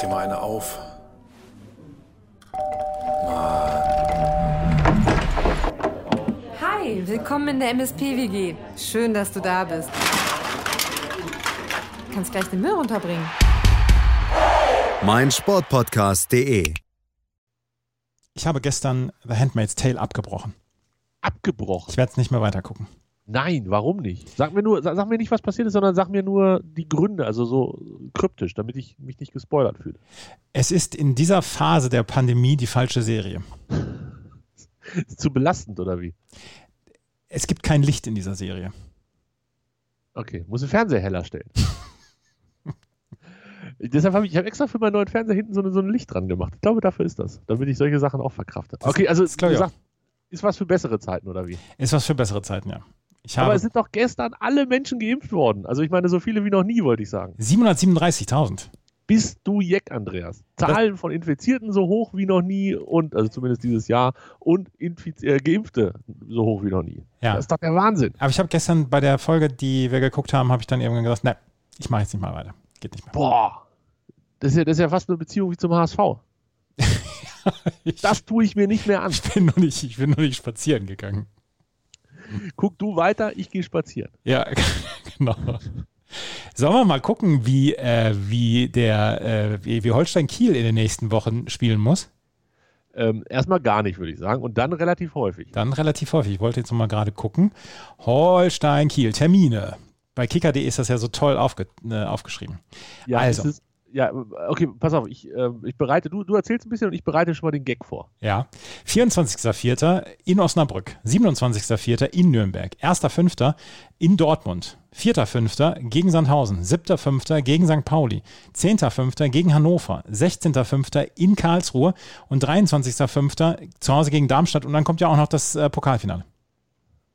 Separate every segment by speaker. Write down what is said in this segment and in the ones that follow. Speaker 1: dir mal eine auf.
Speaker 2: Hi, willkommen in der MSP-WG. Schön, dass du da bist. Du kannst gleich den Müll runterbringen.
Speaker 3: mein Sportpodcast.de.
Speaker 4: Ich habe gestern The Handmaid's Tale abgebrochen.
Speaker 5: Abgebrochen.
Speaker 4: Ich werde es nicht mehr weitergucken.
Speaker 5: Nein, warum nicht? Sag mir nur, sag, sag mir nicht, was passiert ist, sondern sag mir nur die Gründe, also so kryptisch, damit ich mich nicht gespoilert fühle.
Speaker 4: Es ist in dieser Phase der Pandemie die falsche Serie.
Speaker 5: Ist zu belastend, oder wie?
Speaker 4: Es gibt kein Licht in dieser Serie.
Speaker 5: Okay, muss den Fernseher heller stellen. Deshalb habe ich, ich habe extra für meinen neuen Fernseher hinten so, eine, so ein Licht dran gemacht. Ich glaube, dafür ist das, damit ich solche Sachen auch verkrafte. Okay, also
Speaker 4: das glaub ich
Speaker 5: ist was für bessere Zeiten, oder wie?
Speaker 4: Ist was für bessere Zeiten, ja. Ich
Speaker 5: Aber
Speaker 4: habe
Speaker 5: es sind doch gestern alle Menschen geimpft worden. Also ich meine, so viele wie noch nie, wollte ich sagen.
Speaker 4: 737.000.
Speaker 5: Bist du Jeck, Andreas? Zahlen von Infizierten so hoch wie noch nie und, also zumindest dieses Jahr, und Infiz äh, Geimpfte so hoch wie noch nie.
Speaker 4: Ja.
Speaker 5: Das ist doch der Wahnsinn.
Speaker 4: Aber ich habe gestern bei der Folge, die wir geguckt haben, habe ich dann irgendwann gesagt, nein, ich mache jetzt nicht mal weiter. Geht nicht mehr.
Speaker 5: Boah. Das ist, ja, das ist ja fast eine Beziehung wie zum HSV.
Speaker 4: Ich,
Speaker 5: Das tue ich mir nicht mehr an.
Speaker 4: ich, bin noch nicht, ich bin noch nicht spazieren gegangen.
Speaker 5: Guck du weiter, ich gehe spazieren.
Speaker 4: Ja, genau. Sollen wir mal gucken, wie, äh, wie, der, äh, wie, wie Holstein Kiel in den nächsten Wochen spielen muss?
Speaker 5: Ähm, erstmal gar nicht, würde ich sagen. Und dann relativ häufig.
Speaker 4: Dann relativ häufig. Ich wollte jetzt noch mal gerade gucken. Holstein Kiel, Termine. Bei kicker.de ist das ja so toll aufge, äh, aufgeschrieben.
Speaker 5: Ja,
Speaker 4: Also.
Speaker 5: es ist, ja okay, pass auf. Ich, ähm, ich bereite, du, du erzählst ein bisschen und ich bereite schon mal den Gag vor.
Speaker 4: Ja. 24.04. in Osnabrück, 27.04. in Nürnberg, 1.05. in Dortmund, 4.05. gegen Sandhausen, 7.05. gegen St. Pauli, 10.05. gegen Hannover, 16.05. in Karlsruhe und 23.05. zu Hause gegen Darmstadt und dann kommt ja auch noch das äh, Pokalfinale.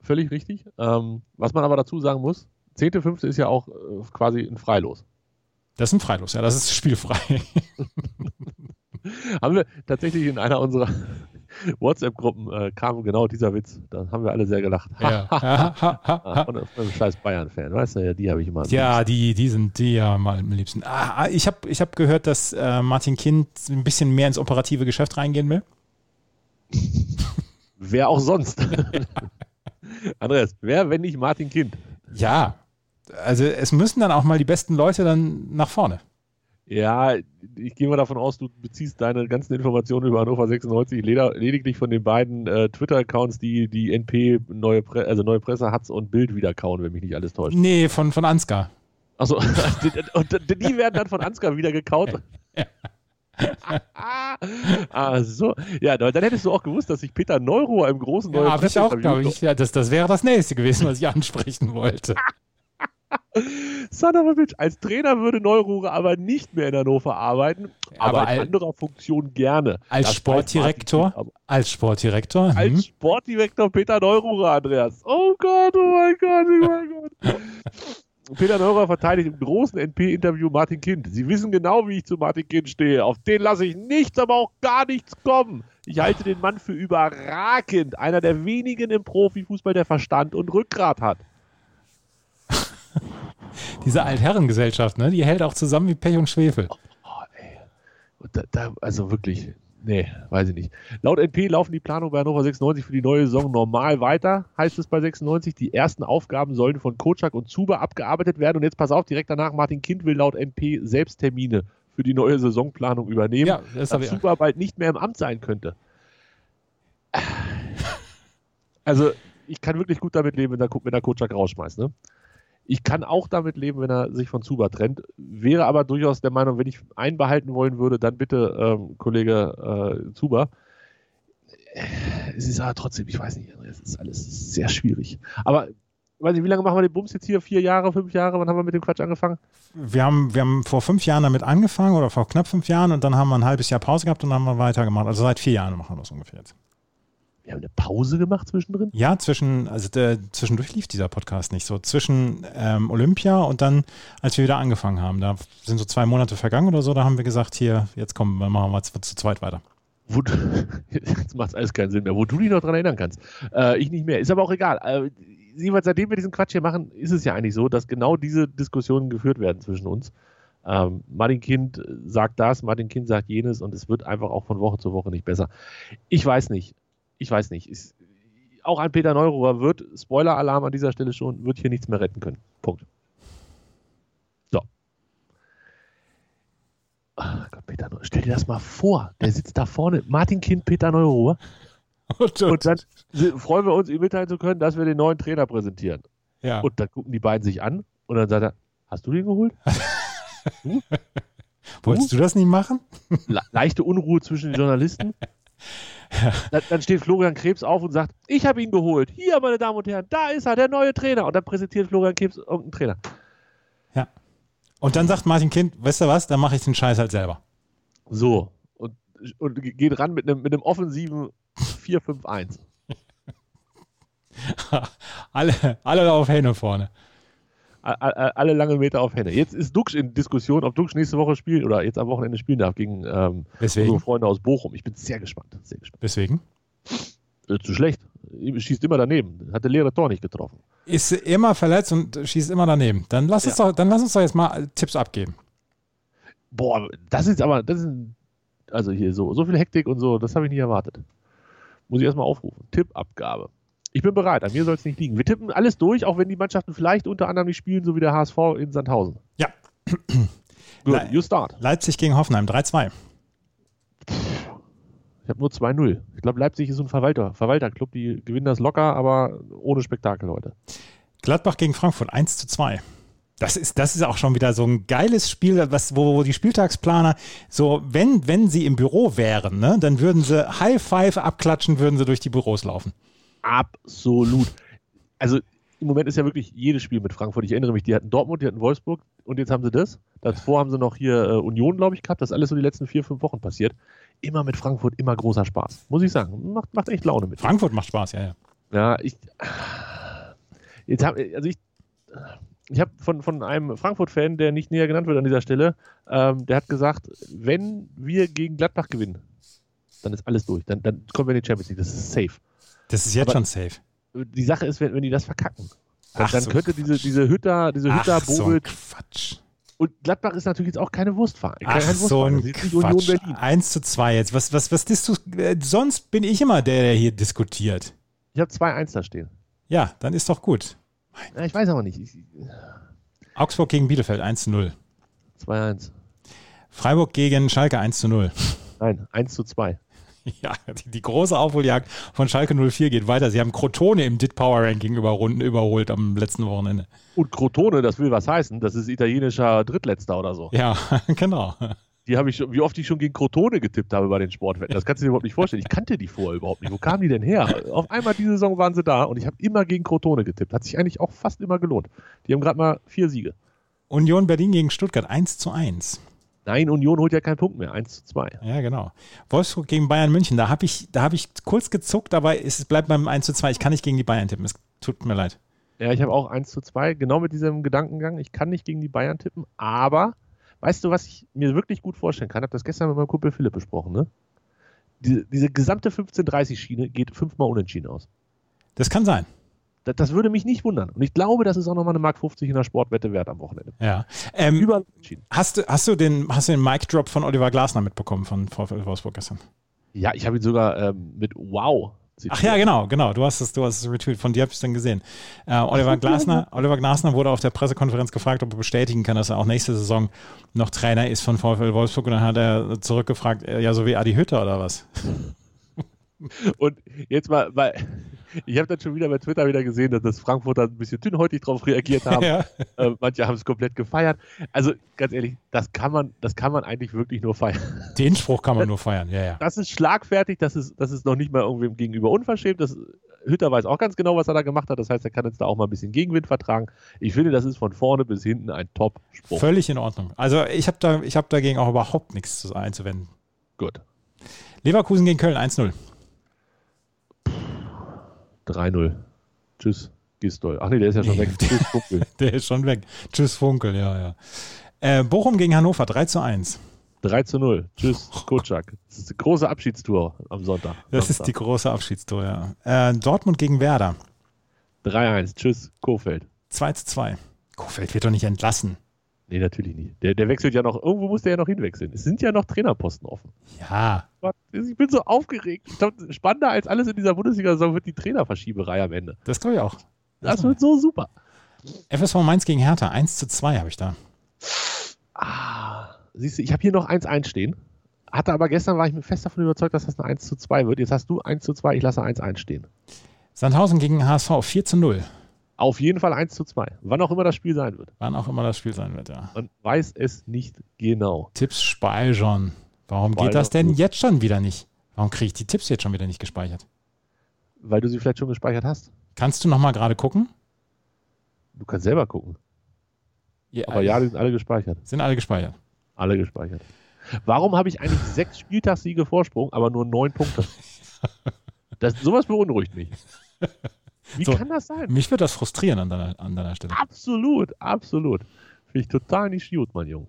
Speaker 5: Völlig richtig. Ähm, was man aber dazu sagen muss, 10.5. ist ja auch äh, quasi ein Freilos.
Speaker 4: Das ist ein Freilos, ja, das ist spielfrei.
Speaker 5: Haben wir tatsächlich in einer unserer WhatsApp-Gruppen äh, kam genau dieser Witz. Da haben wir alle sehr gelacht. Ah,
Speaker 4: ja. Ha, ha, ha, ha.
Speaker 5: Und ein scheiß Bayern-Fan, weißt du, ja, die habe ich immer. am
Speaker 4: Ja, die, die sind die ja mal am liebsten. Ah, ich habe ich hab gehört, dass äh, Martin Kind ein bisschen mehr ins operative Geschäft reingehen will.
Speaker 5: liebsten. Wer auch sonst. Andreas, wer, wenn nicht Martin Kind?
Speaker 4: Ja, also es müssen dann auch mal die besten Leute dann nach vorne.
Speaker 5: Ja, ich gehe mal davon aus, du beziehst deine ganzen Informationen über Hannover 96 leder, lediglich von den beiden äh, Twitter-Accounts, die die NP neue, Pre also neue Presse Hatz und Bild wieder kauen, wenn mich nicht alles täuscht.
Speaker 4: Nee, von, von Ansgar.
Speaker 5: Achso, Also, und die werden dann von Ansgar wieder gekaut. ah, so. Ja, dann hättest du auch gewusst, dass sich Peter Neurohr im großen neuen
Speaker 4: Ja, habe ich auch,
Speaker 5: Presseinterview-
Speaker 4: glaube ich. Ja, das, das wäre das nächste gewesen, was ich ansprechen wollte.
Speaker 5: Son of a bitch. Als Trainer würde Neurohre aber nicht mehr in Hannover arbeiten, aber,
Speaker 4: Aber
Speaker 5: in
Speaker 4: al-
Speaker 5: anderer Funktion gerne.
Speaker 4: Als
Speaker 5: Das
Speaker 4: Sportdirektor?
Speaker 5: weiß Martin Kind,
Speaker 4: Als Sportdirektor.
Speaker 5: aber Als
Speaker 4: Hm?
Speaker 5: Sportdirektor Peter Neurohre, Andreas. Oh Gott, oh mein Gott, oh mein Gott. Peter Neurohrer verteidigt im großen NP-Interview Martin Kind. Sie wissen genau, wie ich zu Martin Kind stehe. Auf den lasse ich nichts, aber auch gar nichts kommen. Ich halte den Mann für überragend. Einer der wenigen im Profifußball, der Verstand und Rückgrat hat.
Speaker 4: Diese Altherrengesellschaft, ne? die hält auch zusammen wie Pech und Schwefel.
Speaker 5: Und da, da, also wirklich, nee, weiß ich nicht. Laut NP laufen die Planungen bei Hannover 96 für die neue Saison normal weiter, heißt es bei 96. Die ersten Aufgaben sollen von Kotschak und Zuber abgearbeitet werden. Und jetzt pass auf, direkt danach, Martin Kind will laut NP selbst Termine für die neue Saisonplanung übernehmen,
Speaker 4: Ja, das
Speaker 5: da
Speaker 4: habe ich auch.
Speaker 5: Zuber bald nicht mehr im Amt sein könnte. Also, ich kann wirklich gut damit leben, wenn der, Ko- wenn der Kotschak rausschmeißt, ne? Ich kann auch damit leben, wenn er sich von Zuba trennt. Wäre aber durchaus der Meinung, wenn ich einen behalten wollen würde, dann bitte, ähm, Kollege äh, Zuba. Es ist aber trotzdem, ich weiß nicht, es ist alles sehr schwierig. Aber weiß ich, wie lange machen wir den Bums jetzt hier? Vier Jahre, fünf Jahre? Wann haben wir mit dem Quatsch angefangen?
Speaker 4: Wir haben, wir haben vor fünf Jahren damit angefangen oder vor knapp fünf Jahren und dann haben wir ein halbes Jahr Pause gehabt und dann haben wir weitergemacht. Also seit vier Jahren machen wir das ungefähr jetzt.
Speaker 5: Wir haben eine Pause gemacht zwischendrin.
Speaker 4: Ja, zwischen, also der, zwischendurch lief dieser Podcast nicht so. Zwischen ähm, Olympia und dann, als wir wieder angefangen haben, da sind so zwei Monate vergangen oder so, da haben wir gesagt, hier, jetzt kommen wir, machen wir zu, zu zweit weiter.
Speaker 5: Wo du, jetzt macht alles keinen Sinn mehr, wo du dich noch dran erinnern kannst. Äh, ich nicht mehr. Ist aber auch egal. Äh, jedenfalls, seitdem wir diesen Quatsch hier machen, ist es ja eigentlich so, dass genau diese Diskussionen geführt werden zwischen uns. Ähm, Martin Kind sagt das, Martin Kind sagt jenes und es wird einfach auch von Woche zu Woche nicht besser. Ich weiß nicht. Ich weiß nicht. Ist, auch ein Peter Neururer wird, Spoiler-Alarm an dieser Stelle schon, wird hier nichts mehr retten können. Punkt. So. Ah, Gott, Peter Neu- Stell dir das mal vor. Der sitzt da vorne. Martin Kind, Peter Neururer.
Speaker 4: Und, und,
Speaker 5: Und dann si- freuen wir uns, ihm mitteilen zu können, dass wir den neuen Trainer präsentieren.
Speaker 4: ja.
Speaker 5: Und dann gucken die beiden sich an und dann sagt er, hast du den geholt?
Speaker 4: Wolltest du das nicht machen?
Speaker 5: Le leichte Unruhe zwischen den Journalisten. Dann, dann steht Florian Krebs auf und sagt, ich habe ihn geholt. Hier, meine Damen und Herren, da ist er, der neue Trainer. Und dann präsentiert Florian Krebs irgendeinen Trainer.
Speaker 4: Und dann sagt Martin Kind, weißt du was, dann mache ich den Scheiß halt selber.
Speaker 5: So. Und, und ge- geht ran mit einem, mit einem offensiven 4-5-1.
Speaker 4: alle, alle auf Hände vorne.
Speaker 5: A- a- Alle lange Meter auf Henne. Jetzt ist Duxch in Diskussion, ob Duxch nächste Woche spielt oder jetzt am Wochenende spielen darf gegen ähm, unsere
Speaker 4: Deswegen.
Speaker 5: Freunde aus Bochum. Ich bin sehr gespannt. Sehr gespannt.
Speaker 4: Deswegen.
Speaker 5: Äh, Zu schlecht. Schießt immer daneben. Hat der leere Tor nicht getroffen.
Speaker 4: Ist immer verletzt und schießt immer daneben. Dann lass, uns, doch, dann lass uns doch jetzt mal äh, Tipps abgeben.
Speaker 5: Boah, das ist aber, das ist, ein- also hier so, so viel Hektik und so, das habe ich nicht erwartet. Muss ich erstmal aufrufen. Tippabgabe. Ich bin bereit, an mir soll es nicht liegen. Wir tippen alles durch, auch wenn die Mannschaften vielleicht unter anderem nicht spielen, so wie der HSV in Sandhausen.
Speaker 4: Ja.
Speaker 5: Gut,
Speaker 4: Nein.
Speaker 5: you start.
Speaker 4: Leipzig gegen Hoffenheim, 3-2.
Speaker 5: Ich habe nur 2-0. Ich glaube, Leipzig ist so ein Verwalter, Verwalterclub, die gewinnen das locker, aber ohne Spektakel heute.
Speaker 4: Gladbach gegen Frankfurt, 1 zu 2. Das ist, das ist auch schon wieder so ein geiles Spiel, was, wo, wo die Spieltagsplaner so, wenn, wenn sie im Büro wären, ne, dann würden sie High Five abklatschen, würden sie durch die Büros laufen.
Speaker 5: Absolut. Also im Moment ist ja wirklich jedes Spiel mit Frankfurt. Ich erinnere mich, die hatten Dortmund, die hatten Wolfsburg und jetzt haben sie das. Davor haben sie noch hier äh, Union, glaube ich, gehabt. Das ist alles so die letzten vier, fünf Wochen passiert. Immer mit Frankfurt, immer großer Spaß. Muss ich sagen. Macht, macht echt Laune mit.
Speaker 4: Frankfurt macht Spaß, ja, ja.
Speaker 5: Ja, ich. Jetzt hab, also ich. Ich habe von, von einem Frankfurt-Fan, der nicht näher genannt wird an dieser Stelle, ähm, der hat gesagt, wenn wir gegen Gladbach gewinnen, dann ist alles durch. Dann, dann kommen wir in die Champions League. Das ist safe.
Speaker 4: Das ist jetzt
Speaker 5: Aber-
Speaker 4: schon safe.
Speaker 5: die Sache ist, wenn, wenn die das verkacken, dann,
Speaker 4: Ach
Speaker 5: dann
Speaker 4: so
Speaker 5: könnte diese, diese Hütter, diese Hütter,
Speaker 4: Ach, so ein
Speaker 5: Bobelt
Speaker 4: Quatsch.
Speaker 5: und Gladbach ist natürlich jetzt auch keine Wurstfahrt.
Speaker 4: Ach,
Speaker 5: kein
Speaker 4: so ein
Speaker 5: Das ist nicht Union
Speaker 4: Quatsch.
Speaker 5: Berlin.
Speaker 4: 1 zu 2 jetzt. Was, was, was disst du? Äh, Sonst bin ich immer der, der hier diskutiert.
Speaker 5: Ich habe 2-1 da stehen.
Speaker 4: Ja, dann ist doch gut.
Speaker 5: Ja, ich weiß aber nicht. Ich-
Speaker 4: Augsburg gegen Bielefeld 1 zu 0.
Speaker 5: 2-1.
Speaker 4: Freiburg gegen Schalke 1 zu 0.
Speaker 5: Nein, 1 zu 2.
Speaker 4: Ja, die, die große Aufholjagd von Schalke 04 geht weiter. Sie haben Crotone im DIT Power Ranking überrunden, überholt am letzten Wochenende.
Speaker 5: Und Crotone, das will was heißen. Das ist italienischer Drittletzter oder so.
Speaker 4: Ja, genau.
Speaker 5: Die habe ich, schon- wie oft ich schon gegen Crotone getippt habe bei den Sportwetten. Das kannst du dir überhaupt nicht vorstellen. Ich kannte die vorher überhaupt nicht. Wo kamen die denn her? Auf einmal diese Saison waren sie da und ich habe immer gegen Crotone getippt. Hat sich eigentlich auch fast immer gelohnt. Die haben gerade mal vier Siege.
Speaker 4: Union Berlin gegen Stuttgart 1 zu 1.
Speaker 5: Nein, Union holt ja keinen Punkt mehr. 1 zu 2.
Speaker 4: Ja, genau. Wolfsburg gegen Bayern München. Da habe ich, da hab ich kurz gezuckt, aber es bleibt beim 1 zu 2. Ich kann nicht gegen die Bayern tippen. Es tut mir leid.
Speaker 5: Ja, ich habe auch 1 zu 2, genau mit diesem Gedankengang. Ich kann nicht gegen die Bayern tippen, aber weißt du, was ich mir wirklich gut vorstellen kann? Ich habe das gestern mit meinem Kumpel Philipp besprochen, ne? Diese, diese gesamte 15-30-Schiene geht fünfmal unentschieden aus.
Speaker 4: Das kann sein.
Speaker 5: Das, das würde mich nicht wundern. Und ich glaube, das ist auch nochmal eine Mark 50 in der Sportwette wert am Wochenende.
Speaker 4: Ja. Ähm,
Speaker 5: Überall unentschieden.
Speaker 4: hast, du, hast, du den, hast du den Mic Drop von Oliver Glasner mitbekommen von VfL Wolfsburg gestern?
Speaker 5: Ja, ich habe ihn sogar ähm, mit Wow.
Speaker 4: Ach ja, genau, genau. Du hast es, du hast es retweetet. Von dir habe ich es dann gesehen. Äh, Oliver, Glasner, Oliver Glasner wurde auf der Pressekonferenz gefragt, ob er bestätigen kann, dass er auch nächste Saison noch Trainer ist von VfL Wolfsburg. Und dann hat er zurückgefragt, äh, ja, so wie Adi Hütter oder was? genau.
Speaker 5: Und jetzt mal, weil ich habe dann schon wieder bei Twitter wieder gesehen, dass das Frankfurter ein bisschen dünnhäutig drauf reagiert haben.
Speaker 4: Ja.
Speaker 5: Äh, manche haben es komplett gefeiert. Also ganz ehrlich, das kann man, das kann man eigentlich wirklich nur feiern.
Speaker 4: Den Spruch kann man nur feiern, ja, ja.
Speaker 5: Das ist schlagfertig, das ist, das ist noch nicht mal irgendwem gegenüber unverschämt. Das, Hütter weiß auch ganz genau, was er da gemacht hat. Das heißt, er kann jetzt da auch mal ein bisschen Gegenwind vertragen. Ich finde, das ist von vorne bis hinten ein Top-Spruch.
Speaker 4: Völlig in Ordnung. Also ich habe da, ich hab dagegen auch überhaupt nichts zu- einzuwenden.
Speaker 5: Gut.
Speaker 4: Leverkusen gegen Köln 1-0.
Speaker 5: 3-0. Tschüss, Gistol. Ach nee, der ist ja schon weg. Tschüss, Kumpel.
Speaker 4: Der ist schon weg. Tschüss, Funkel, ja, ja. Äh, Bochum gegen Hannover 3 zu 1.
Speaker 5: 3 zu 0. Tschüss, Kotschak. Das ist eine große Abschiedstour am Sonntag.
Speaker 4: Das ist die große Abschiedstour, ja. Äh, Dortmund gegen Werder.
Speaker 5: 3-1. Tschüss, Kofeld.
Speaker 4: 2 zu 2. Kofeld wird doch nicht entlassen.
Speaker 5: Nee, natürlich nicht. Der, der wechselt ja noch, irgendwo muss der ja noch hinwechseln. Es sind ja noch Trainerposten offen.
Speaker 4: Ja,
Speaker 5: Gott, Ich bin so aufgeregt. Ich glaube, spannender als alles in dieser Bundesliga-Saison wird die Trainerverschieberei am Ende.
Speaker 4: das glaube ich auch.
Speaker 5: Das wird so super.
Speaker 4: FSV Mainz gegen Hertha, 1 zu 2 habe ich da.
Speaker 5: Ah, siehst du, ich habe hier noch 1-1 stehen. Hatte aber gestern, war ich mir fest davon überzeugt, dass das eine 1 zu 2 wird. Jetzt hast du 1 zu 2, ich lasse 1-1 stehen.
Speaker 4: Sandhausen gegen HSV, 4 zu 0.
Speaker 5: Auf jeden Fall 1 zu 2. Wann auch immer das Spiel sein wird.
Speaker 4: Wann auch immer das Spiel sein wird, ja.
Speaker 5: Man weiß es nicht genau.
Speaker 4: Tipps speichern. Warum geht das denn jetzt schon wieder nicht? Warum kriege ich die Tipps jetzt schon wieder nicht gespeichert?
Speaker 5: Weil du sie vielleicht schon gespeichert hast.
Speaker 4: Kannst du nochmal gerade gucken?
Speaker 5: Du kannst selber gucken.
Speaker 4: Ja,
Speaker 5: Aber ja, die sind alle gespeichert.
Speaker 4: Sind alle gespeichert.
Speaker 5: Alle gespeichert. Warum habe ich eigentlich sechs Spieltagssiege Vorsprung, aber nur neun Punkte? Das, sowas beunruhigt mich. Wie
Speaker 4: So.
Speaker 5: kann das sein?
Speaker 4: Mich würde das frustrieren an deiner, an deiner Stelle.
Speaker 5: Absolut, absolut. Finde ich total nicht gut, mein Junge.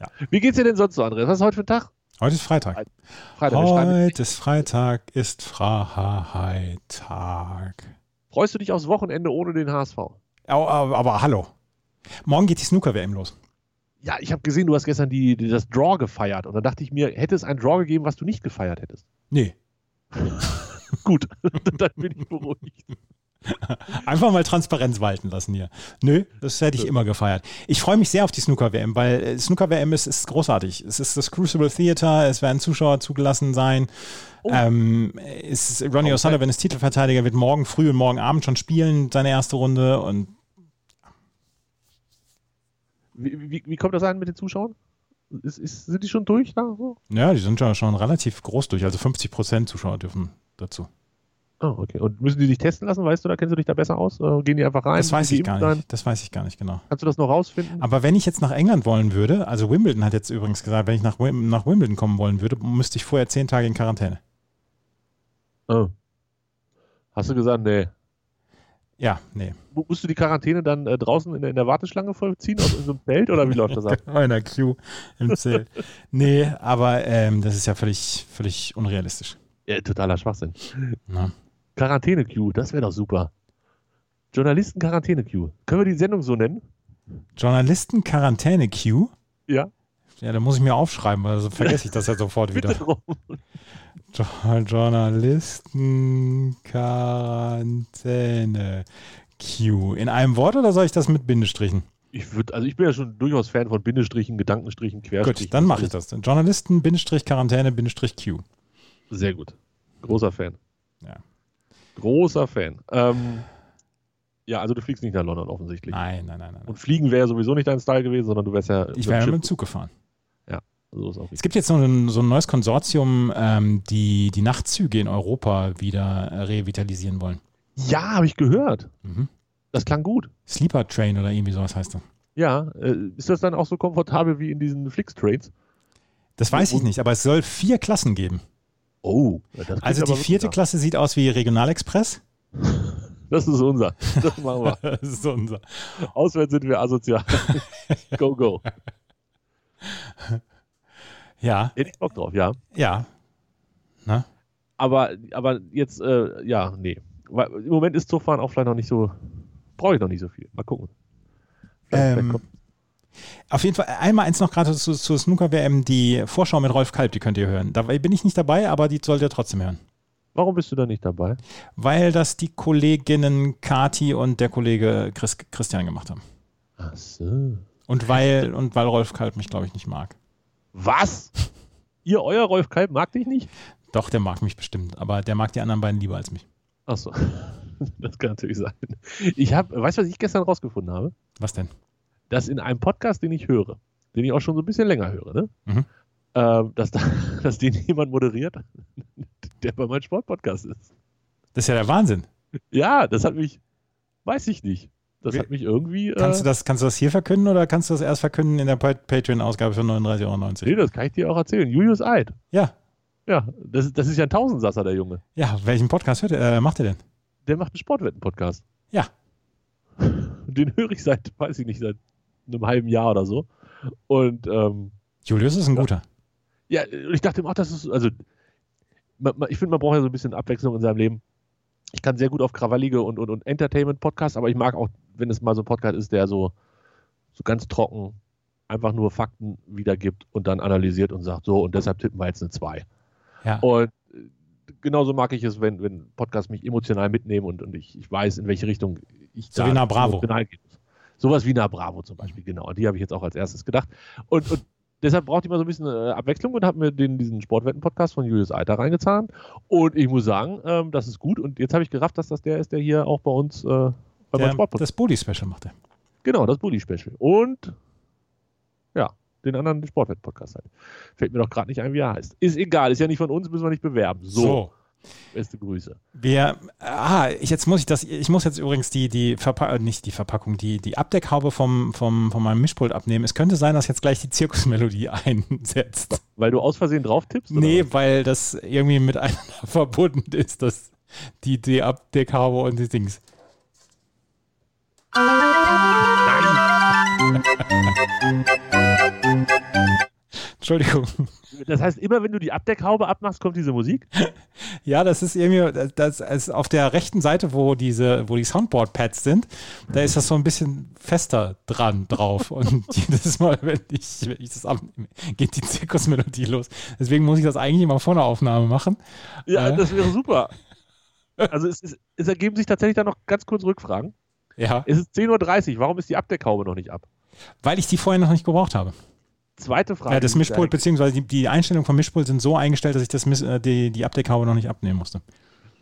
Speaker 4: Ja.
Speaker 5: Wie geht's dir denn sonst so, Andreas? Was ist heute für ein Tag?
Speaker 4: Heute ist Freitag.
Speaker 5: Freitag. Wir schreiben-
Speaker 4: Heute ist Freitag, ist Freitag.
Speaker 5: Freust du dich aufs Wochenende ohne den HSV?
Speaker 4: Au, au, aber hallo. Morgen geht die Snooker-WM los.
Speaker 5: Ja, ich habe gesehen, du hast gestern die, die, das Draw gefeiert. Und dann dachte ich mir, hätte es ein Draw gegeben, was du nicht gefeiert hättest?
Speaker 4: Nee.
Speaker 5: Gut, dann bin ich beruhigt.
Speaker 4: Einfach mal Transparenz walten lassen hier. Nö, das hätte ich immer gefeiert. Ich freue mich sehr auf die Snooker-WM, weil äh, Snooker-WM ist, ist großartig. Es ist das Crucible Theater, es werden Zuschauer zugelassen sein. Ähm, es ist, Ronnie O'Sullivan ist Titelverteidiger, wird morgen früh und morgen Abend schon spielen, seine erste Runde. Und
Speaker 5: Wie, wie, wie kommt das an mit den Zuschauern? Ist, ist, sind die schon durch? Da? So?
Speaker 4: ja, die sind ja schon relativ groß durch, also 50 Prozent Zuschauer dürfen dazu.
Speaker 5: Oh, okay. Und müssen die sich testen lassen? Weißt du, da kennst du dich da besser aus? Äh, Gehen die einfach rein?
Speaker 4: Das weiß
Speaker 5: Müssen die
Speaker 4: ich gar
Speaker 5: geimpft sein?
Speaker 4: nicht. Das weiß ich gar nicht genau.
Speaker 5: Kannst du das noch rausfinden?
Speaker 4: Aber wenn ich jetzt nach England wollen würde, also Wimbledon hat jetzt übrigens gesagt, wenn ich nach, Wim nach Wimbledon kommen wollen würde, müsste ich vorher zehn Tage in Quarantäne.
Speaker 5: Oh. Hast du gesagt, nee.
Speaker 4: Ja, nee.
Speaker 5: Mu- Musst du die Quarantäne dann äh, draußen in der, in der Warteschlange vollziehen, aus unserem Feld oder wie läuft das ab?
Speaker 4: In der Queue im Zelt. nee, aber ähm, das ist ja völlig, völlig unrealistisch. ne?
Speaker 5: Ja, totaler Schwachsinn.
Speaker 4: Na.
Speaker 5: Quarantäne-Q, das wäre doch super. Journalisten-Quarantäne-Q. Können wir die Sendung so nennen?
Speaker 4: Journalisten Quarantäne Queue.
Speaker 5: Ja.
Speaker 4: Ja, da muss ich mir aufschreiben, weil sonst vergesse ich das ja sofort
Speaker 5: Bitte
Speaker 4: wieder.
Speaker 5: drum.
Speaker 4: Jo Journalisten Quarantäne Queue. In einem Wort oder soll ich das mit Bindestrichen?
Speaker 5: Ich würd, also ich bin ja schon durchaus Fan von Bindestrichen, Gedankenstrichen, Querstrichen.
Speaker 4: Gut, dann mache ich das. Journalisten Bindestrich Quarantäne Bindestrich Q.
Speaker 5: Sehr gut. Großer Fan.
Speaker 4: Ja.
Speaker 5: Großer Fan. Ähm, ja, also du fliegst nicht nach London offensichtlich.
Speaker 4: Nein, nein, nein, nein. nein.
Speaker 5: Und fliegen wäre sowieso nicht dein Style gewesen, sondern du wärst ja.
Speaker 4: Ich
Speaker 5: dem
Speaker 4: wäre
Speaker 5: Schiff-
Speaker 4: mit dem Zug gefahren.
Speaker 5: So ist auch
Speaker 4: Es gibt jetzt so ein, so ein neues Konsortium, ähm, die die Nachtzüge in Europa wieder äh, revitalisieren wollen.
Speaker 5: Ja, habe ich gehört.
Speaker 4: Mhm.
Speaker 5: Das klang gut.
Speaker 4: Sleeper Train oder irgendwie sowas heißt das.
Speaker 5: Ja, äh, ist das dann auch so komfortabel wie in diesen Flix-Trains?
Speaker 4: Das weiß ich nicht, aber es soll vier Klassen geben.
Speaker 5: Oh, das klingt
Speaker 4: Also
Speaker 5: aber
Speaker 4: die vierte
Speaker 5: wirklich
Speaker 4: Klasse sieht aus wie Regionalexpress.
Speaker 5: nach. Das ist unser. Das machen wir.
Speaker 4: Das ist so unser.
Speaker 5: Auswärts sind wir asozial. go, go.
Speaker 4: Ja,
Speaker 5: Hätte ich Bock drauf, ja.
Speaker 4: ja.
Speaker 5: Aber, aber jetzt, äh, ja, nee. Weil Im Moment ist Zugfahren auch vielleicht noch nicht so. Brauche ich noch nicht so viel. Mal gucken. Vielleicht- vielleicht
Speaker 4: Ähm,
Speaker 5: kommt-
Speaker 4: Auf jeden Fall einmal eins noch gerade zu, zu Snooker WM, die Vorschau mit Rolf Kalb, die könnt ihr hören. Da bin ich nicht dabei, aber die sollt ihr trotzdem hören.
Speaker 5: Warum bist du da nicht dabei?
Speaker 4: Weil das die Kolleginnen Kati und der Kollege Chris, Christian gemacht haben.
Speaker 5: Ach so.
Speaker 4: Und weil, und weil Rolf Kalb mich, glaube ich, nicht mag.
Speaker 5: Was? Ihr, euer Rolf Kalb mag dich nicht?
Speaker 4: Doch, der mag mich bestimmt, aber der mag die anderen beiden lieber als mich.
Speaker 5: Ach so. Das kann natürlich sein. Ich habe, weißt du, was ich gestern rausgefunden habe?
Speaker 4: Was denn?
Speaker 5: Dass in einem Podcast, den ich höre, den ich auch schon so ein bisschen länger höre, ne?
Speaker 4: Mhm.
Speaker 5: Ähm, dass, da, dass den jemand moderiert, der bei meinem Sportpodcast ist.
Speaker 4: Das ist ja der Wahnsinn.
Speaker 5: Ja, das hat mich, weiß ich nicht. Das hat mich irgendwie. äh,
Speaker 4: Kannst du das, kannst du das hier verkünden oder kannst du das erst verkünden in der Pa- Patreon-Ausgabe für 39,90 Euro?
Speaker 5: Nee, das kann ich dir auch erzählen. Julius Eid.
Speaker 4: Ja,
Speaker 5: Ja, das, ist- das ist ja ein Tausendsasser, der Junge.
Speaker 4: ja. Welchen Podcast hört, er- äh, macht ihr denn?
Speaker 5: Der macht einen Sportwetten-Podcast.
Speaker 4: Ja.
Speaker 5: Den höre ich seit, weiß ich nicht, seit einem halben Jahr oder so. Und ähm,
Speaker 4: Julius ist ein guter.
Speaker 5: ja, und ich dachte mir auch, das ist, also, man, man, ich finde, man braucht ja so ein bisschen Abwechslung in seinem Leben. Ich kann sehr gut auf krawallige und, und, und Entertainment-Podcasts, aber ich mag auch, wenn es mal so ein Podcast ist, der so, so ganz trocken einfach nur Fakten wiedergibt und dann analysiert und sagt, so, und deshalb tippen wir jetzt eine 2.
Speaker 4: Ja.
Speaker 5: Und äh, genauso mag ich es, wenn, wenn Podcasts mich emotional mitnehmen und, und ich, ich weiß, in welche Richtung ich
Speaker 4: So wie Na Bravo.
Speaker 5: emotional gehen muss. Sowas wie Na Bravo zum Beispiel, genau. An Die habe ich jetzt auch als erstes gedacht. Und, und deshalb brauchte ich mal so ein bisschen äh, Abwechslung und habe mir den, diesen Sportwetten-Podcast von Julius Eiter reingezahnt. Und ich muss sagen, ähm, das ist gut. Und jetzt habe ich gerafft, dass das der ist, der hier auch bei uns äh, bei meinem
Speaker 4: Der,
Speaker 5: Sportpodcast
Speaker 4: das Bully-Special macht er.
Speaker 5: Genau, das Bully Special. Und ja, den anderen Sportwett-Podcast halt. Fällt mir doch gerade nicht ein, wie er heißt. Ist egal, ist ja nicht von uns, müssen wir nicht bewerben. So, beste Grüße.
Speaker 4: Wir, ah, ich, jetzt muss ich das, ich muss jetzt übrigens die, die Verpackung, nicht die Verpackung, die, die Abdeckhaube vom, vom, von meinem Mischpult abnehmen. Es könnte sein, dass jetzt gleich die Zirkusmelodie einsetzt.
Speaker 5: Weil du aus Versehen drauf tippst? oder
Speaker 4: Nee,
Speaker 5: was?
Speaker 4: weil das irgendwie miteinander verbunden ist, dass die, die Abdeckhaube und die Dings. Entschuldigung.
Speaker 5: Das heißt, immer wenn du die Abdeckhaube abmachst, kommt diese Musik?
Speaker 4: Ja, das ist irgendwie, das ist auf der rechten Seite, wo diese, wo die Soundboard-Pads sind, da ist das so ein bisschen fester dran drauf. Und jedes Mal, wenn ich, wenn ich das abnehme, geht die Zirkusmelodie los. Deswegen muss ich das eigentlich immer vor einer Aufnahme machen.
Speaker 5: Ja,
Speaker 4: Äh.
Speaker 5: das wäre super. Also es, es, es ergeben sich tatsächlich dann noch ganz kurz Rückfragen.
Speaker 4: Ja,
Speaker 5: Es ist 10.30 Uhr, warum ist die Abdeckhaube noch nicht ab?
Speaker 4: weil ich die vorher noch nicht gebraucht habe.
Speaker 5: Zweite Frage.
Speaker 4: Ja, das
Speaker 5: die ich da
Speaker 4: Mischpult, beziehungsweise die, die Einstellungen vom Mischpult sind so eingestellt, dass ich das, Miss- äh, die, die Abdeckhaube noch nicht abnehmen musste.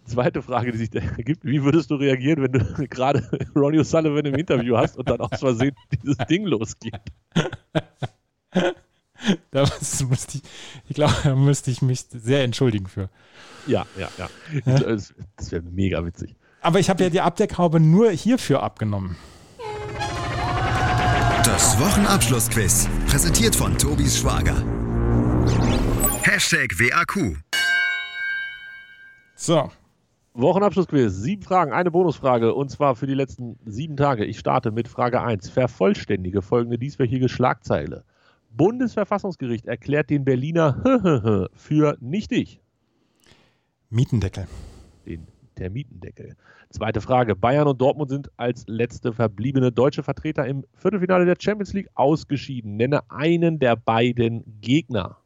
Speaker 5: Zweite Frage, die sich da ergibt, wie würdest du reagieren, wenn du gerade Ronnie O'Sullivan im Interview hast und dann aus Versehen dieses Ding losgeht?
Speaker 4: Da was müsste ich, ich glaube, da müsste ich mich sehr entschuldigen für.
Speaker 5: Ja, ja, ja. Das, das wäre mega witzig.
Speaker 4: Aber ich habe ja die Abdeckhaube nur hierfür abgenommen.
Speaker 3: Das Wochenabschlussquiz. Präsentiert von Tobis Schwager. Hashtag WAQ.
Speaker 4: So,
Speaker 5: Wochenabschlussquiz, sieben Fragen, eine Bonusfrage und zwar für die letzten sieben Tage. Ich starte mit Frage 1. Vervollständige folgende dieswöchige Schlagzeile. Bundesverfassungsgericht erklärt den Berliner für nichtig.
Speaker 4: Mietendeckel.
Speaker 5: den Termitendeckel. Zweite Frage. Bayern und Dortmund sind als letzte verbliebene deutsche Vertreter im Viertelfinale der Champions League ausgeschieden. Nenne einen der beiden Gegner.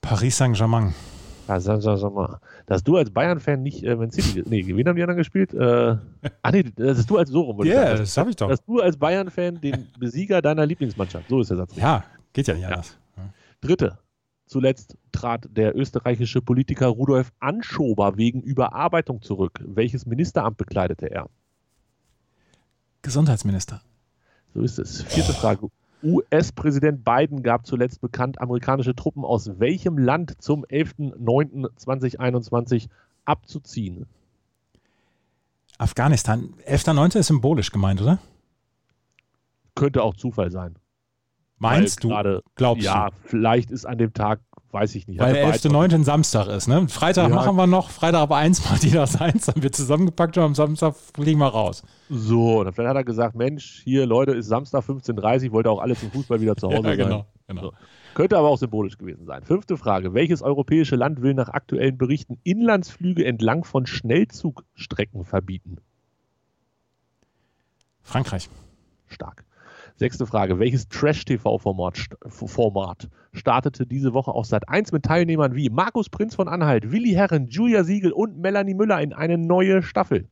Speaker 4: Paris Saint-Germain.
Speaker 5: Ah, sag- sag- sag mal. Dass du als Bayern-Fan nicht äh, Man City. Nee, wen haben die anderen gespielt? Äh, ah, nee, das ist du als so rum. wollte ich
Speaker 4: Ja,
Speaker 5: sagen.
Speaker 4: das habe ich doch.
Speaker 5: Dass du als Bayern-Fan den Besieger deiner Lieblingsmannschaft. So ist der Satz.
Speaker 4: Ja, geht ja nicht anders.
Speaker 5: Dritte. Zuletzt trat der österreichische Politiker Rudolf Anschober wegen Überarbeitung zurück. Welches Ministeramt bekleidete er?
Speaker 4: Gesundheitsminister.
Speaker 5: So ist es. Vierte Frage. US-Präsident Biden gab zuletzt bekannt, amerikanische Truppen aus welchem Land zum 11.09.2021 abzuziehen?
Speaker 4: Afghanistan. 11.9. ist symbolisch gemeint, oder?
Speaker 5: Könnte auch Zufall sein.
Speaker 4: Meinst du?
Speaker 5: Weil gerade-
Speaker 4: glaubst
Speaker 5: ja, vielleicht ist an dem Tag, weiß ich nicht.
Speaker 4: du? Weil der
Speaker 5: hatte Biden-
Speaker 4: 11.9. ein Samstag ist, ne? Freitag
Speaker 5: Ja.
Speaker 4: machen wir noch, Freitag aber eins, Martinas eins, dann wird zusammengepackt und am Samstag fliegen wir raus.
Speaker 5: So, dann vielleicht hat er gesagt, Mensch, hier Leute, ist Samstag 15.30 Uhr, wollte auch alle zum Fußball wieder zu Hause
Speaker 4: ja,
Speaker 5: sein.
Speaker 4: genau. genau.
Speaker 5: So. Könnte aber auch symbolisch gewesen sein. Fünfte Frage. Welches europäische Land will nach aktuellen Berichten Inlandsflüge entlang von Schnellzugstrecken verbieten?
Speaker 4: Frankreich.
Speaker 5: Stark. Sechste Frage. Welches Trash-TV-Format st Format startete diese Woche auf Sat 1 mit Teilnehmern wie Markus Prinz von Anhalt, Willi Herren, Julia Siegel und Melanie Müller in eine neue Staffel?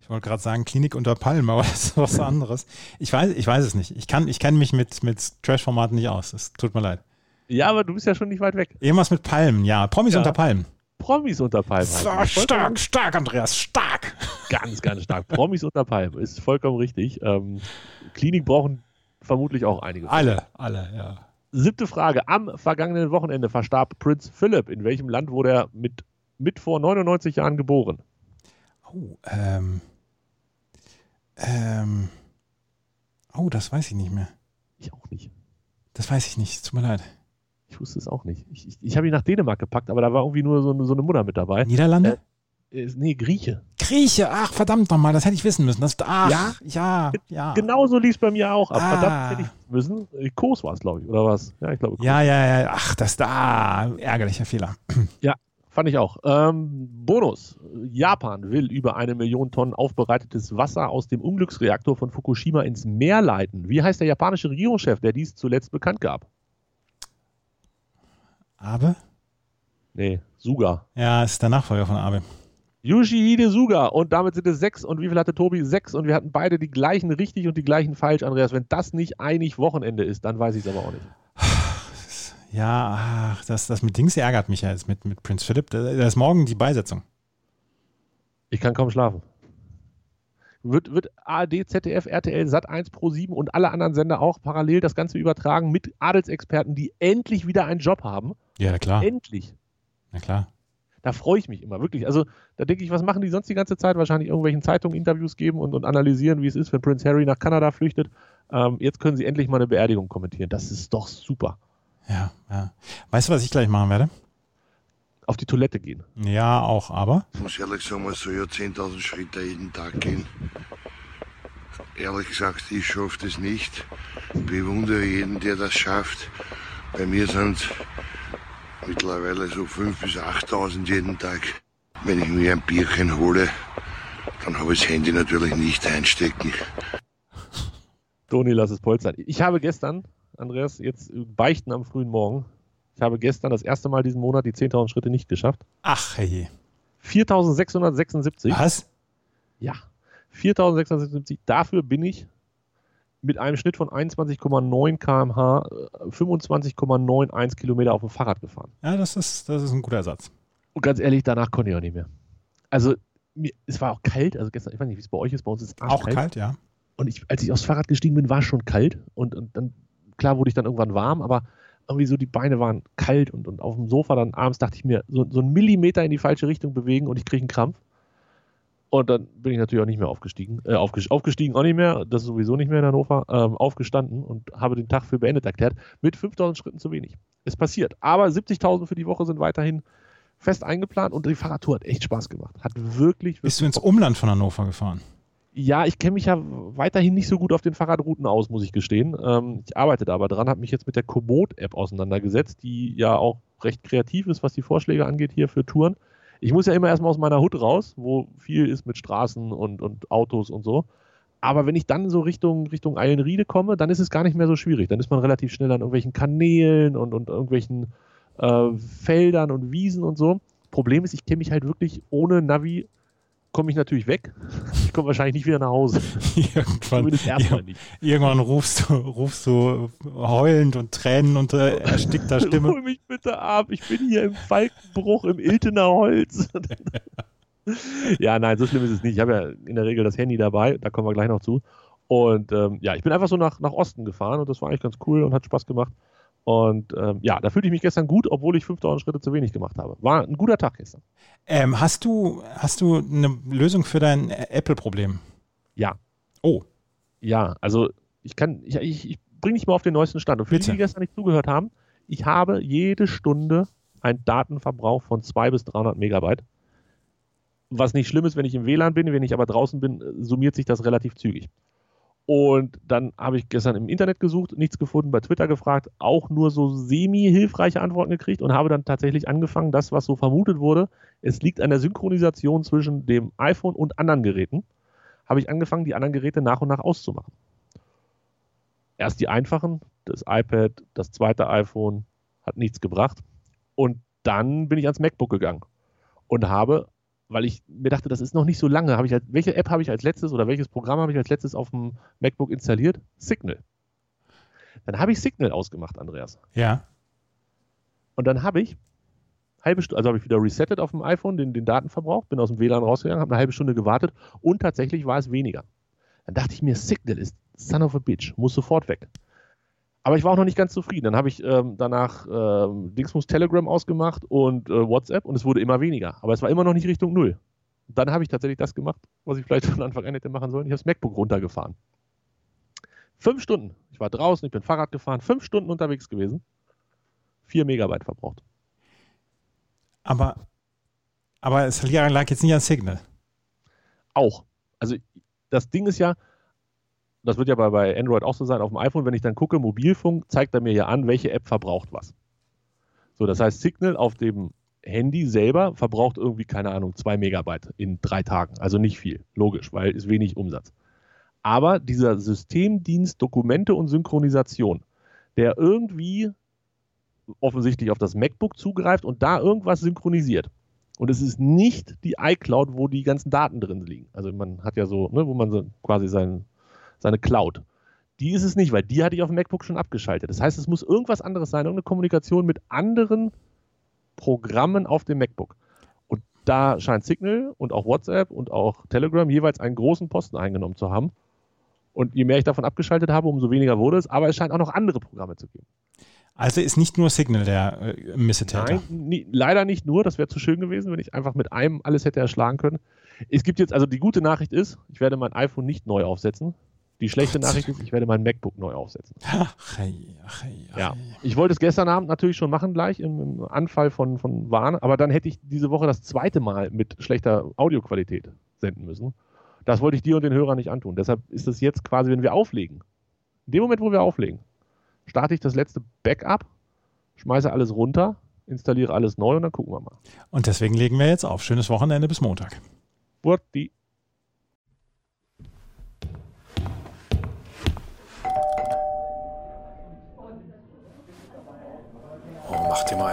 Speaker 4: Ich wollte gerade sagen, Klinik unter Palmen, aber das ist was anderes. Ich weiß, ich weiß es nicht. Ich, kann, ich kenne mich mit, mit Trash-Formaten nicht aus. Es tut mir leid.
Speaker 5: Ja, aber du bist ja schon nicht weit weg.
Speaker 4: Irgendwas mit Palmen, ja. Promis
Speaker 5: Ja.
Speaker 4: unter Palmen.
Speaker 5: Promis unter Palmen. heißt das. Vollkommen-
Speaker 4: stark, Andreas, stark.
Speaker 5: Ganz, ganz stark. Promis unter Palmen. Ist vollkommen richtig. Ähm, Klinik brauchen vermutlich auch einige. Ah,
Speaker 4: Alle, alle, ja.
Speaker 5: Siebte Frage. Am vergangenen Wochenende verstarb Prinz Philipp. In welchem Land wurde er mit, mit vor 99 Jahren geboren?
Speaker 4: Oh, ähm, ähm, oh, das weiß ich nicht mehr.
Speaker 5: Ich auch nicht.
Speaker 4: Das weiß ich nicht, es tut mir leid.
Speaker 5: Ich wusste es auch nicht. Ich, ich, ich habe ihn nach Dänemark gepackt, aber da war irgendwie nur so, eine- so eine Mutter mit dabei.
Speaker 4: Niederlande?
Speaker 5: Äh, nee, Grieche.
Speaker 4: Grieche, ach verdammt nochmal, das hätte ich wissen müssen. Das, ach,
Speaker 5: Ja?
Speaker 4: ja, Genau. ja.
Speaker 5: Genauso lief es bei mir auch ab.
Speaker 4: Ah.
Speaker 5: Verdammt, hätte ich es müssen. Äh, Kos war es, glaube ich, oder was? Ja, ich glaube. Kos.
Speaker 4: Ja, ja, ja, ach, das da, ärgerlicher Fehler.
Speaker 5: Fand ich auch. Ähm, Bonus. Japan will über eine Million Tonnen aufbereitetes Wasser aus dem Unglücksreaktor von Fukushima ins Meer leiten. Wie heißt der japanische Regierungschef, der dies zuletzt bekannt gab?
Speaker 4: Abe?
Speaker 5: Nee, Suga.
Speaker 4: Ja, ist der Nachfolger von Abe.
Speaker 5: Yoshihide Suga. Und damit sind es sechs. Und wie viel hatte Tobi? Sechs. Und wir hatten beide die gleichen richtig und die gleichen falsch, Andreas. Wenn das nicht einig Wochenende ist, dann weiß ich es aber auch nicht.
Speaker 4: Ja, ach, das, das mit Dings ärgert mich ja jetzt mit, mit Prinz Philipp. Da da ist morgen die Beisetzung.
Speaker 5: Ich kann kaum schlafen. Wird, wird ARD, ZDF, RTL, Sat1 Pro 7 und alle anderen Sender auch parallel das Ganze übertragen mit Adelsexperten, die endlich wieder einen Job haben.
Speaker 4: Ja, na klar.
Speaker 5: Endlich.
Speaker 4: Na klar.
Speaker 5: Da freue ich mich immer, wirklich. Also da denke ich, was machen die sonst die ganze Zeit? Wahrscheinlich irgendwelchen Zeitungen Interviews geben und, und analysieren, wie es ist, wenn Prince Harry nach Kanada flüchtet. Ähm, jetzt können sie endlich mal eine Beerdigung kommentieren. Das ist doch super.
Speaker 4: Ja, ja. Weißt du, was ich gleich machen werde?
Speaker 5: Auf die Toilette gehen.
Speaker 4: Ja, auch, aber.
Speaker 1: Ich muss ehrlich sagen, man soll ja 10.000 Schritte jeden Tag gehen. Ehrlich gesagt, ich schaffe das nicht. Ich bewundere jeden, der das schafft. Bei mir sind mittlerweile so 5.000 bis 8.000 jeden Tag. Wenn ich mir ein Bierchen hole, dann habe ich das Handy natürlich nicht einstecken.
Speaker 5: Toni, lass es polstern. Ich habe gestern, Andreas, jetzt äh, beichten am frühen Morgen. Ich habe gestern das erste Mal diesen Monat die 10.000 Schritte nicht geschafft.
Speaker 4: Ach, hey.
Speaker 5: 4.676.
Speaker 4: Was?
Speaker 5: Ja. 4.676. Dafür bin ich mit einem Schnitt von 21,9 km/h äh, 25,91 Kilometer auf dem Fahrrad gefahren.
Speaker 4: Ja, das ist, das ist ein guter Satz.
Speaker 5: Und ganz ehrlich, danach konnte ich auch nicht mehr. Also, mir, es war auch kalt. Also, gestern, ich weiß nicht, wie es bei euch ist. Bei uns ist es
Speaker 4: Auch
Speaker 5: arschkalt.
Speaker 4: kalt, ja.
Speaker 5: Und ich, als ich aufs Fahrrad gestiegen bin, war es schon kalt. Und, und dann, klar, wurde ich dann irgendwann warm, aber irgendwie so die Beine waren kalt. Und, und auf dem Sofa dann abends dachte ich mir, so, so einen Millimeter in die falsche Richtung bewegen und ich kriege einen Krampf. Und dann bin ich natürlich auch nicht mehr aufgestiegen. Äh, aufges aufgestiegen auch nicht mehr, das sowieso nicht mehr in Hannover. Ähm, aufgestanden und habe den Tag für beendet erklärt. Mit 5000 Schritten zu wenig. Es passiert. Aber 70.000 für die Woche sind weiterhin fest eingeplant und die Fahrradtour hat echt Spaß gemacht. Hat wirklich, wirklich
Speaker 4: Bist du ins Umland von Hannover gefahren?
Speaker 5: ja, ich kenne mich ja weiterhin nicht so gut auf den Fahrradrouten aus, muss ich gestehen. Ähm, ich arbeite da aber dran, habe mich jetzt mit der Komoot-App auseinandergesetzt, die ja auch recht kreativ ist, was die Vorschläge angeht hier für Touren. Ich muss ja immer erstmal aus meiner Hut raus, wo viel ist mit Straßen und, und Autos und so. Aber wenn ich dann so Richtung, Richtung Eilenriede komme, dann ist es gar nicht mehr so schwierig. Dann ist man relativ schnell an irgendwelchen Kanälen und, und irgendwelchen äh, Feldern und Wiesen und so. Problem ist, ich kenne mich halt wirklich ohne Navi, komme ich natürlich weg. Ich komme wahrscheinlich nicht wieder nach Hause.
Speaker 4: Irgendwann,
Speaker 5: Zumindest erstmal
Speaker 4: ir
Speaker 5: nicht.
Speaker 4: irgendwann rufst, du, rufst du heulend und Tränen und äh, erstickter Stimme.
Speaker 5: Hol mich bitte ab, ich bin hier im Falkenbruch im Iltener Holz. ja, nein, so schlimm ist es nicht. Ich habe ja in der Regel das Handy dabei, da kommen wir gleich noch zu. Und ähm, ja, ich bin einfach so nach, nach Osten gefahren und das war eigentlich ganz cool und hat Spaß gemacht. Und ähm, ja, da fühlte ich mich gestern gut, obwohl ich 5000 Schritte zu wenig gemacht habe. War ein guter Tag gestern.
Speaker 4: Ähm, hast, du, hast du eine Lösung für dein Ä- Apple-Problem?
Speaker 5: Ja.
Speaker 4: Oh,
Speaker 5: Ja, also ich kann, ich, ich, ich bringe dich mal auf den neuesten Stand. Und für
Speaker 4: Bitte.
Speaker 5: die, die gestern nicht zugehört haben, ich habe jede Stunde einen Datenverbrauch von 2 bis 300 Megabyte. Was nicht schlimm ist, wenn ich im WLAN bin, wenn ich aber draußen bin, äh, summiert sich das relativ zügig. Und dann habe ich gestern im Internet gesucht, nichts gefunden, bei Twitter gefragt, auch nur so semi-hilfreiche Antworten gekriegt und habe dann tatsächlich angefangen, das, was so vermutet wurde, es liegt an der Synchronisation zwischen dem iPhone und anderen Geräten, habe ich angefangen, die anderen Geräte nach und nach auszumachen erst die einfachen, das iPad, das zweite iPhone, hat nichts gebracht. Und dann bin ich ans MacBook gegangen und habe, weil ich mir dachte, das ist noch nicht so lange, habe ich als, welche App habe ich als letztes oder welches Programm habe ich als letztes auf dem MacBook installiert? Signal. Dann habe ich Signal ausgemacht, Andreas.
Speaker 4: ja.
Speaker 5: Und dann habe ich halbe Stunde, also habe ich wieder resettet auf dem iPhone den, den Datenverbrauch, bin aus dem WLAN rausgegangen, habe eine halbe Stunde gewartet und tatsächlich war es weniger. Dann dachte ich mir, Signal ist son of a bitch, muss sofort weg. Aber ich war auch noch nicht ganz zufrieden. Dann habe ich ähm, danach ähm, Dingsmus Telegram ausgemacht und äh, WhatsApp und es wurde immer weniger. Aber es war immer noch nicht Richtung Null. Dann habe ich tatsächlich das gemacht, was ich vielleicht von Anfang an hätte machen sollen. Ich habe das MacBook runtergefahren. Fünf Stunden. Ich war draußen, ich bin Fahrrad gefahren, fünf Stunden unterwegs gewesen. Vier Megabyte verbraucht.
Speaker 4: Aber, aber es lag jetzt nicht an Signal.
Speaker 5: auch. Also das Ding ist ja, das wird ja bei, bei Android auch so sein, auf dem iPhone, wenn ich dann gucke, Mobilfunk, zeigt er mir ja an, welche App verbraucht was. So, das heißt, Signal auf dem Handy selber verbraucht irgendwie, keine Ahnung, 2 Megabyte in drei Tagen. Also nicht viel, logisch, weil ist wenig Umsatz. Aber dieser Systemdienst Dokumente und Synchronisation, der irgendwie offensichtlich auf das MacBook zugreift und da irgendwas synchronisiert. Und es ist nicht die iCloud, wo die ganzen Daten drin liegen. Also man hat ja so, ne, wo man so quasi sein, seine Cloud. Die ist es nicht, weil die hatte ich auf dem MacBook schon abgeschaltet. Das heißt, es muss irgendwas anderes sein, irgendeine Kommunikation mit anderen Programmen auf dem MacBook. Und da scheint Signal und auch WhatsApp und auch Telegram jeweils einen großen Posten eingenommen zu haben. Und je mehr ich davon abgeschaltet habe, umso weniger wurde es. Aber es scheint auch noch andere Programme zu geben.
Speaker 4: Also ist nicht nur Signal der äh, Missetäter.
Speaker 5: Nein, nie, leider nicht nur. Das wäre zu schön gewesen, wenn ich einfach mit einem alles hätte erschlagen können. Es gibt jetzt, also die gute Nachricht ist, ich werde mein iPhone nicht neu aufsetzen. Die schlechte
Speaker 4: Gott sei
Speaker 5: Nachricht ist, ich werde mein MacBook neu aufsetzen.
Speaker 4: Ach, hey, ach, hey, ach,
Speaker 5: Ja.
Speaker 4: hey.
Speaker 5: Ich wollte es gestern Abend natürlich schon machen, gleich im, im Anfall von, von Wahn, aber dann hätte ich diese Woche das zweite Mal mit schlechter Audioqualität senden müssen. Das wollte ich dir und den Hörern nicht antun. Deshalb ist das jetzt quasi, wenn wir auflegen, in dem Moment, wo wir auflegen, starte ich das letzte Backup, schmeiße alles runter, installiere alles neu und dann gucken wir mal.
Speaker 4: Und deswegen legen wir jetzt auf. Schönes Wochenende bis Montag.
Speaker 5: Wurti.
Speaker 6: Oh, mach dir mal